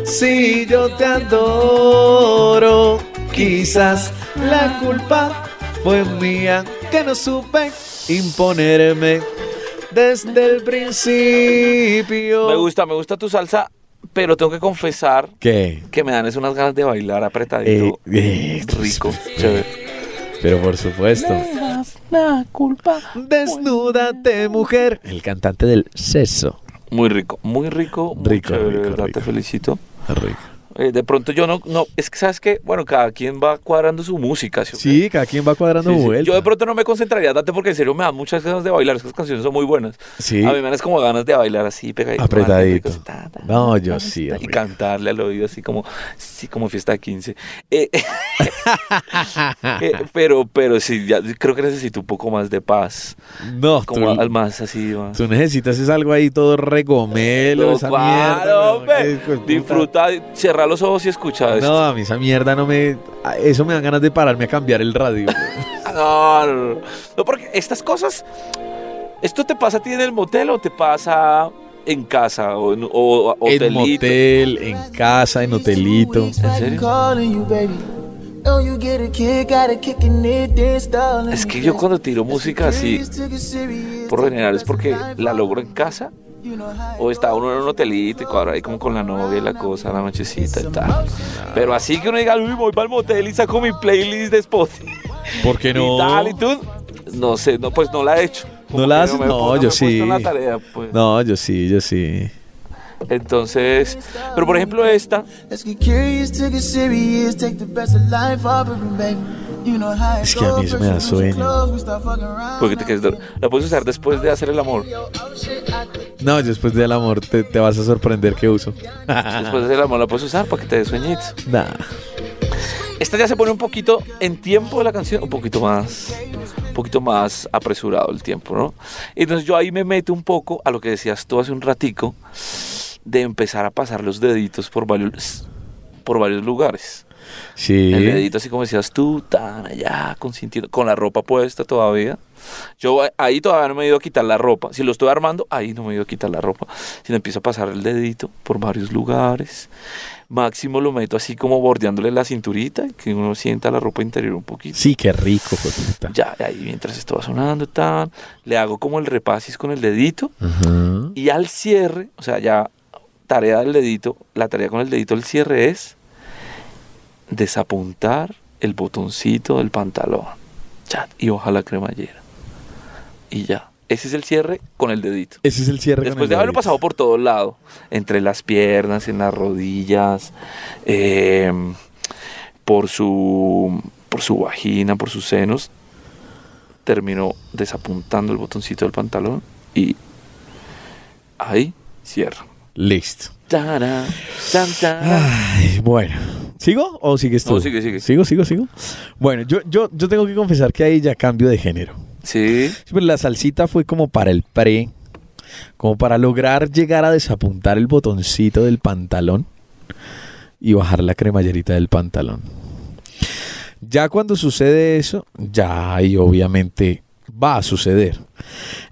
S3: si yo te adoro. Quizás la culpa fue mía que no supe imponerme desde el principio.
S4: Me gusta, me gusta tu salsa, pero tengo que confesar
S3: ¿Qué?
S4: que me dan es unas ganas de bailar
S3: Eh,
S4: apretadito.
S3: eh,
S4: rico, chévere.
S3: Pero por supuesto. Desnúdate, mujer. El cantante del seso.
S4: Muy rico, muy rico, muy
S3: Rico,
S4: chévere,
S3: rico,
S4: de verdad,
S3: rico.
S4: te felicito.
S3: Rico.
S4: Eh, de pronto yo no, no, es que sabes que, bueno, cada quien va cuadrando su música, ¿sí? o qué?
S3: Sí, cada quien va cuadrando
S4: Sí, sí.
S3: vueltas.
S4: Yo de pronto no me concentraría tanto porque en serio me dan muchas ganas de bailar, esas canciones son muy buenas.
S3: Sí.
S4: A mí me dan es como ganas de bailar así, pegadito.
S3: Apretadito.
S4: mantenido, ta, ta,
S3: No,
S4: ta,
S3: yo
S4: ta,
S3: sí,
S4: ta, Y
S3: rico.
S4: cantarle al oído así como, sí, como fiesta de 15.
S3: [laughs]
S4: Eh, [laughs] eh, pero, pero sí, ya, creo que necesito un poco más de paz.
S3: No, tú,
S4: Como al más así, más.
S3: tú necesitas es algo ahí todo regomelo,
S4: Pero
S3: esa mierda.
S4: claro,
S3: weón, que,
S4: hombre.
S3: hijo de puta.
S4: Disfruta, cierra los ojos y escucha
S3: No,
S4: esto.
S3: a mí esa mierda no me... a- Eso me dan ganas de pararme a cambiar el radio.
S4: [laughs]
S3: weón.
S4: Ah, No, no, no. No, porque estas cosas, ¿esto te pasa a ti en el motel o te pasa en casa o en o, o-
S3: en
S4: hotelito?
S3: motel, en casa, en hotelito.
S4: ¿En serio?
S8: calling you, baby. Oh, you get a kick out of kicking it, dance, darling.
S4: Es que yo cuando tiro música así,
S8: Took it serious.
S4: por lo general es porque la logro en casa o está uno en un hotelito y cuadra ahí como con la novia y la cosa, la nochecita y tal. Pero así que uno diga, uy, voy para el motel y saco mi playlist de Spotify.
S3: ¿Por qué
S4: y tal y tú, no sé, no, pues no la he hecho.
S3: ¿No la
S4: que
S3: haces?
S4: me
S3: No,
S4: pongo-
S3: yo
S4: me he puesto
S3: sí.
S4: en la tarea, pues.
S3: No, yo sí, yo sí.
S4: Entonces, pero por ejemplo esta,
S8: Let's get curious, take it serious, take the best of life, offering, baby. You know how
S3: Es
S8: it
S3: que a mí
S8: goes.
S3: se me da
S8: First we lose
S3: sueño.
S8: your clothes, we start fucking around.
S4: porque te quedas dor- la puedes usar después de hacer el amor.
S3: No, yo después del amor te, te vas a sorprender que uso. [laughs]
S4: Después de hacer el amor la puedes usar para que te des sueñitos.
S3: Nah.
S4: Esta ya se pone un poquito en tiempo de la canción, un poquito más, un poquito más apresurado el tiempo, ¿no? Entonces yo ahí me meto un poco a lo que decías tú hace un ratico de empezar a pasar los deditos por varios, por varios lugares.
S3: Sí.
S4: El dedito así como decías tú, tan allá, consintiendo, con la ropa puesta todavía. Yo a- ahí todavía no me he ido a quitar la ropa. Si lo estoy armando, ahí no me he ido a quitar la ropa. Sino empiezo a pasar el dedito por varios lugares. Máximo lo meto así como bordeándole la cinturita, que uno sienta la ropa interior un poquito.
S3: Sí, qué rico, fue puta.
S4: Ya, ahí mientras esto va sonando, tan, le hago como el repasis con el dedito.
S3: Ajá.
S4: Y al cierre, o sea, ya tarea del dedito, la tarea con el dedito al cierre es desapuntar el botoncito del pantalón. Chat, y ojalá cremallera. Y ya. Ese es el cierre con el dedito.
S3: Ese es el cierre. con
S4: Después
S3: el
S4: de haberlo
S3: dedito.
S4: pasado por todo lado, entre las piernas, en las rodillas, eh, por su por su vagina, por sus senos, terminó desapuntando el botoncito del pantalón y ahí cierro.
S3: Listo.
S4: Tará, tan, tará.
S3: Ay, bueno. ¿Sigo o sigues tú?
S4: No, sigue, sigue.
S3: Sigo, sigo, sigo. Bueno, yo, yo, yo tengo que confesar que ahí ya cambio de género.
S4: Sí,
S3: Sí, pero la salsita fue como para el pre, como para lograr llegar a desapuntar el botoncito del pantalón y bajar la cremallerita del pantalón. Ya cuando sucede eso, ya ahí obviamente va a suceder.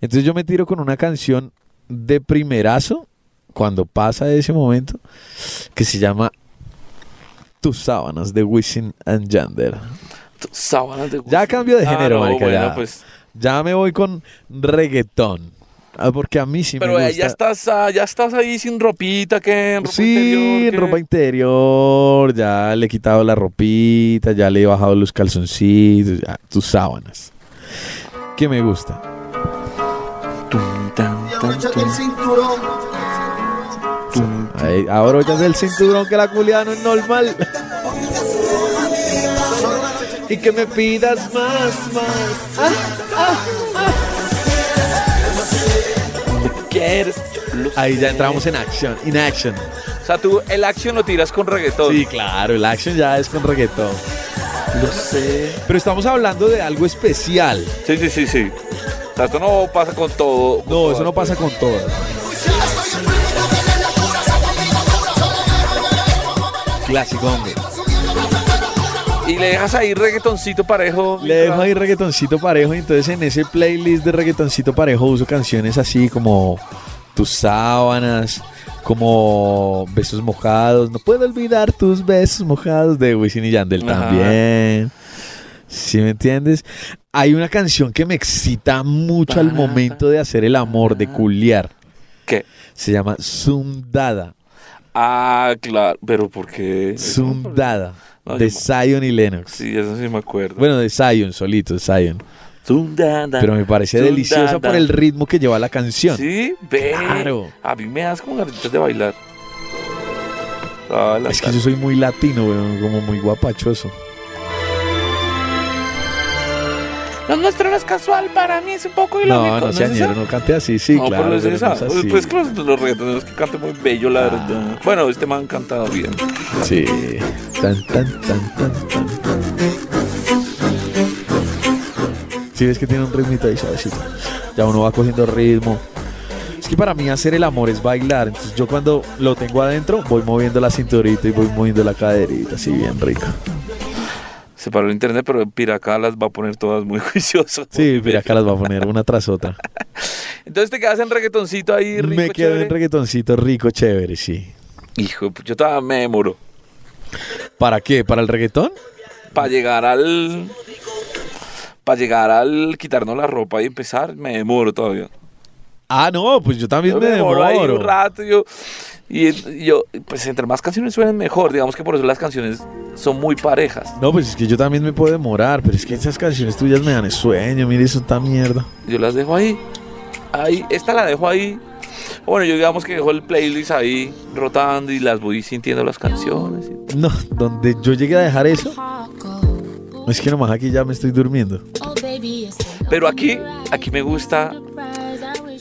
S3: Entonces yo me tiro con una canción de primerazo cuando pasa ese momento que se llama Tus sábanas de Wisin and Yander.
S4: Tus sábanas de
S3: Ya cambio de
S4: Ah,
S3: género,
S4: no,
S3: marica,
S4: bueno,
S3: ya.
S4: pues.
S3: Ya me voy con reggaetón. Ah, Porque a mí sí
S4: Pero
S3: me
S4: eh,
S3: gusta.
S4: ya estás, ah, ya estás ahí sin ropita, que ropa
S3: sí,
S4: interior, ¿qué?
S3: ropa interior. Ya le he quitado la ropita, ya le he bajado los calzoncitos, ya, tus sábanas. Que me gusta.
S4: Tum, tan, tan, tum.
S8: El cinturón.
S3: Ahí, abróchate el cinturón que la culiada no es normal. Y que me pidas más, más.
S4: quieres.
S3: Ahí ya entramos en acción, in action.
S4: O sea, tú el action lo tiras con reggaetón.
S3: Sí, claro, el action ya es con reggaetón.
S4: lo sé.
S3: Pero estamos hablando de algo especial.
S4: Sí, sí, sí, sí. O sea, esto no pasa con todo. con
S3: No,
S4: todas,
S3: eso no pasa con todas. Clásico, hombre.
S4: pues. Y le dejas ahí reggaetoncito parejo.
S3: Le dejo ahí reggaetoncito parejo, y entonces en ese playlist de reggaetoncito parejo uso canciones así como Tus sábanas, como Besos mojados, no puedo olvidar tus besos mojados de Wisin y Yandel
S4: Ajá.
S3: también. ¿Sí me entiendes? Hay una canción que me excita mucho al momento de hacer el amor, de culiar.
S4: ¿Qué?
S3: Se llama Sundada.
S4: Ah, claro. Pero ¿por qué?
S3: Sundada
S4: No,
S3: de
S4: yo-
S3: Zion y Lennox.
S4: Sí, eso sí me acuerdo.
S3: Bueno, de Zion solito, de Zion.
S4: Zundada.
S3: Pero me parece
S4: Zundada.
S3: deliciosa por el ritmo que lleva la canción.
S4: Sí, ve.
S3: Claro.
S4: A mí me das como garitas de bailar. Ah, la
S3: Es que yo soy muy latino, weón, como muy guapachoso.
S4: Lo nuestro no es casual, para mí es un poco
S3: No,
S4: ilógico.
S3: no sea
S4: es
S3: ñero,
S4: eso?
S3: no cante así, sí,
S4: no,
S3: claro.
S4: pero es
S3: pero
S4: esa.
S3: no es así.
S4: Pues que los, los reggaetoneros que cantan muy bello, la
S3: Ah.
S4: verdad. Bueno, este man cantado bien.
S3: Sí. Tan, tan, tan, tan, tan, tan. Si ves que tiene un ritmito ahí suavecito. Ya uno va cogiendo ritmo. Es que para mí hacer el amor es bailar. Entonces yo cuando lo tengo adentro voy moviendo la cinturita y voy moviendo la caderita, así bien rico.
S4: Se paró el internet, pero Piracá las va a poner todas muy [laughs] juiciosas.
S3: Sí, mira acá las va a poner una tras otra.
S4: [laughs] Entonces te quedas en reggaetoncito ahí, rico,
S3: Me quedo en
S4: chévere?
S3: reggaetoncito rico, chévere, sí.
S4: Hijo, pues, yo estaba me demoro.
S3: ¿Para qué? ¿Para el reggaetón?
S4: Para llegar al... Para llegar al quitarnos la ropa y empezar, me demoro todavía.
S3: Ah, no, pues yo también
S4: Yo
S3: me demoro.
S4: ahí un rato yo, y y yo, pues entre más canciones suenen mejor. Digamos que por eso las canciones son muy parejas.
S3: No, pues es que yo también me puedo demorar, pero es que esas canciones tuyas me dan sueño, mire, eso está mierda.
S4: Yo las dejo ahí. Ahí, esta la dejo ahí. Bueno, yo digamos que dejo el playlist ahí rotando y las voy sintiendo las canciones.
S3: No, donde yo llegué a dejar eso, es que nomás aquí ya me estoy durmiendo.
S4: Pero aquí, aquí me gusta,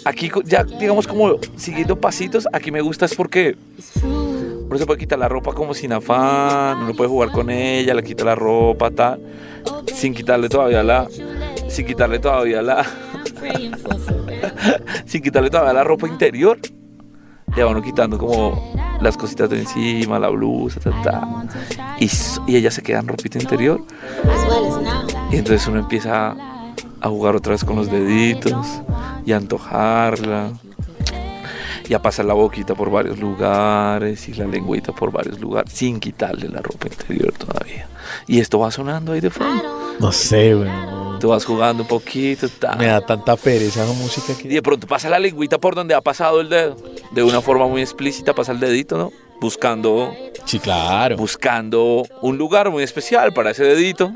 S4: aquí co- ya digamos como siguiendo pasitos, aquí me gusta es porque uno se puede quitar la ropa como sin afán, uno puede jugar con ella, le quita la ropa, tal, sin quitarle todavía la, sin quitarle todavía la, sin quitarle todavía la ropa interior, le va uno quitando como las cositas de encima, la blusa, ta, ta. Y, s- y ella se queda en ropita interior y entonces uno empieza a jugar otra vez con los deditos y a antojarla y a pasar la boquita por varios lugares y la lengüita por varios lugares sin quitarle la ropa interior todavía. Y esto va sonando ahí de fondo.
S3: No sé, weón.
S4: Tú vas jugando un poquito, ta.
S3: Me da tanta pereza la música
S4: y
S3: que...
S4: de pronto pasa la lengüita por donde ha pasado el dedo. De una forma muy explícita pasa el dedito, ¿no? Buscando
S3: Sí, claro.
S4: buscando un lugar muy especial para ese dedito.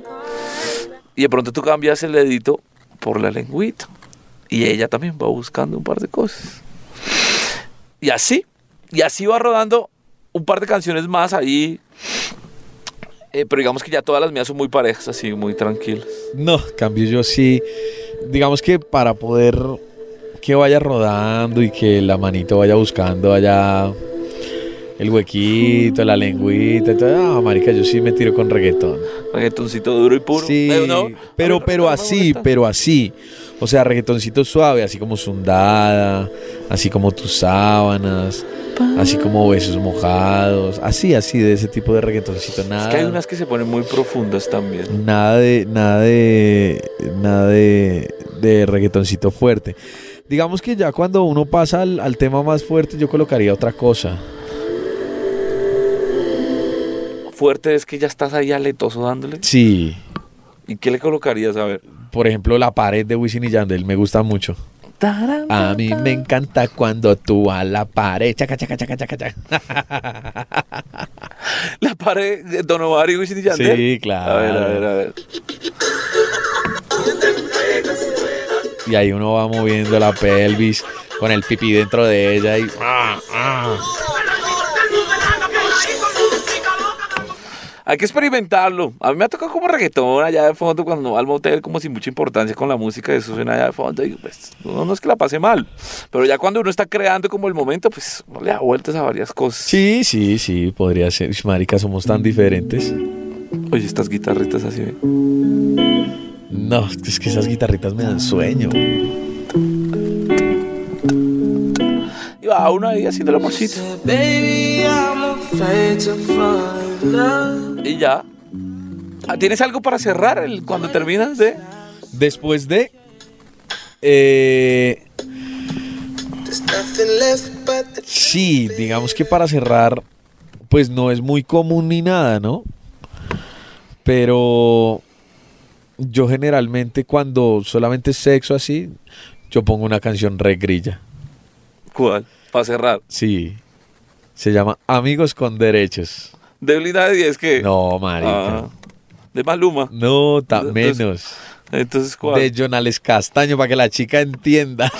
S4: Y de pronto tú cambias el dedito por la lengüita. Y ella también va buscando un par de cosas. Y así, y así va rodando un par de canciones más ahí. Eh, pero digamos que ya todas las mías son muy parejas, así, muy tranquilas.
S3: No, en cambio yo sí, digamos que para poder que vaya rodando y que la manito vaya buscando allá el huequito, la lengüita, y todo, ah, marica, yo sí me tiro con reggaetón.
S4: Reggaetoncito duro y puro.
S3: Sí,
S4: Eh, no, a
S3: pero,
S4: mí
S3: pero
S4: no me
S3: así,
S4: molesta.
S3: pero así. O sea, reggaetoncito suave, así como Sundada, así como tus sábanas, así como besos mojados, así, así, de ese tipo de reggaetoncito, nada.
S4: Es que hay unas que se ponen muy profundas también.
S3: Nada de, nada de, nada de, de reggaetoncito fuerte. Digamos que ya cuando uno pasa al, al tema más fuerte, yo colocaría otra cosa.
S4: Fuerte es que ya estás ahí aletoso dándole.
S3: Sí,
S4: ¿Y qué le colocarías? A ver. [laughs]
S3: por ejemplo, la pared de Wisin y Yandel me gusta mucho. A mí me encanta cuando tú a la pared, chaca, chaca, chaca, chaca, chaca. [laughs]
S4: La pared de Don Omar y Wisin y Yandel.
S3: Sí, claro.
S4: A ver, a ver, a ver.
S3: Y ahí uno va moviendo la pelvis con el pipí dentro de ella y
S4: Hay que experimentarlo. A mí me ha tocado como reggaetón allá de fondo cuando uno va al motel como sin mucha importancia con la música, eso suena allá de fondo y pues uno no es que la pase mal. Pero ya cuando uno está creando como el momento, pues uno le da vueltas a varias cosas.
S3: Sí, sí, sí, podría ser. Ush, Marica, somos tan diferentes.
S4: Oye, estas guitarritas así. ¿eh?
S3: No, es que esas guitarritas me dan sueño.
S4: Y va uno ahí haciendo la morcita. Y ya. Ah, ¿Tienes algo para cerrar el- cuando terminas de...?
S3: Después de. eh, sí, digamos que para cerrar, pues no es muy común ni nada, ¿no? Pero yo generalmente cuando solamente es sexo así, yo pongo una canción re grilla.
S4: ¿Cuál? Para cerrar.
S3: Sí. Se llama Amigos con Derechos.
S4: De Blinda de 10 que...
S3: No, marica.
S4: Ah, de Maluma.
S3: No, tan
S4: Entonces,
S3: menos.
S4: Entonces, ¿cuál?
S3: De Jonales Castaño, para que la chica entienda.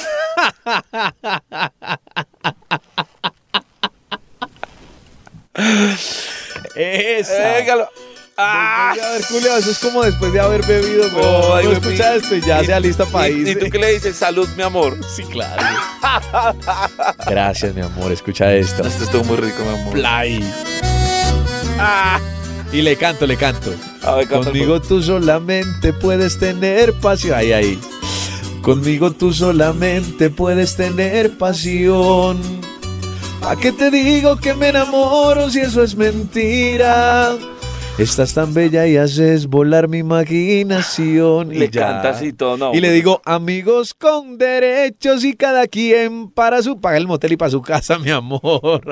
S3: Esa.
S4: Égalo. ¡Ah!
S3: Después de haber culeado, eso es como después de haber bebido, güey.
S4: Oh, ay,
S3: no
S4: güey,
S3: escucha
S4: mi-
S3: esto y ya
S4: y-
S3: sea lista para
S4: y- ¿Y tú
S3: irse.
S4: qué le dices? Salud, mi amor.
S3: Sí, claro. Gracias, mi amor. Escucha esto.
S4: Esto estuvo muy rico, mi amor.
S3: Play. Y le canto, le canto.
S4: A ver, canta el
S3: Conmigo tú solamente puedes tener pasión. Ahí, ahí. Conmigo tú solamente puedes tener pasión. ¿A qué te digo que me enamoro si eso es mentira? Estás tan bella y haces volar mi imaginación.
S4: Le
S3: y ya.
S4: cantas y todo, no.
S3: Y le digo, amigos con derechos y cada quien para su. Paga el motel y para su casa, [laughs] mi amor.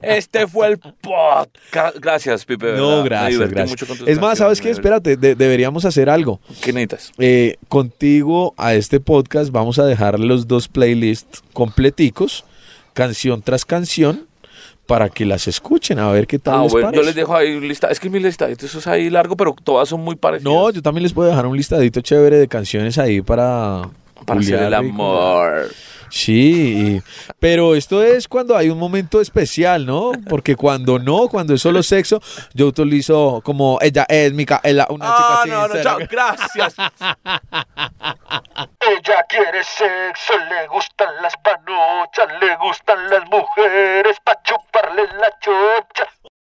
S4: Este fue el podcast. Gracias, Pipe. ¿verdad?
S3: No,
S4: Me
S3: gracias,
S4: divertí
S3: gracias.
S4: mucho con tus
S3: es más,
S4: canciones,
S3: ¿sabes
S4: me
S3: qué?
S4: divertí.
S3: Espérate, de- deberíamos hacer algo.
S4: ¿Qué necesitas?
S3: Eh, contigo a este podcast vamos a dejar los dos playlists completicos, canción tras canción, para que las escuchen, a ver qué tal
S4: Ah,
S3: les
S4: bueno, yo
S3: parece.
S4: les dejo ahí un lista. Es que mi listadito eso es ahí largo, pero todas son muy parecidas.
S3: No, yo también les puedo dejar un listadito chévere de canciones ahí para...
S4: para hacer
S3: culiar
S4: el
S3: rico.
S4: amor.
S3: Sí, y- pero esto es cuando hay un momento especial, ¿no? Porque cuando no, cuando es solo sexo, yo utilizo como ella es Micaela, una
S4: Ah,
S3: chica
S4: no, no,
S3: sincera
S4: chao,
S3: que-
S4: gracias.
S3: [laughs]
S2: Ella quiere sexo, le gustan las panochas, le gustan las mujeres pa' chuparle la chocha.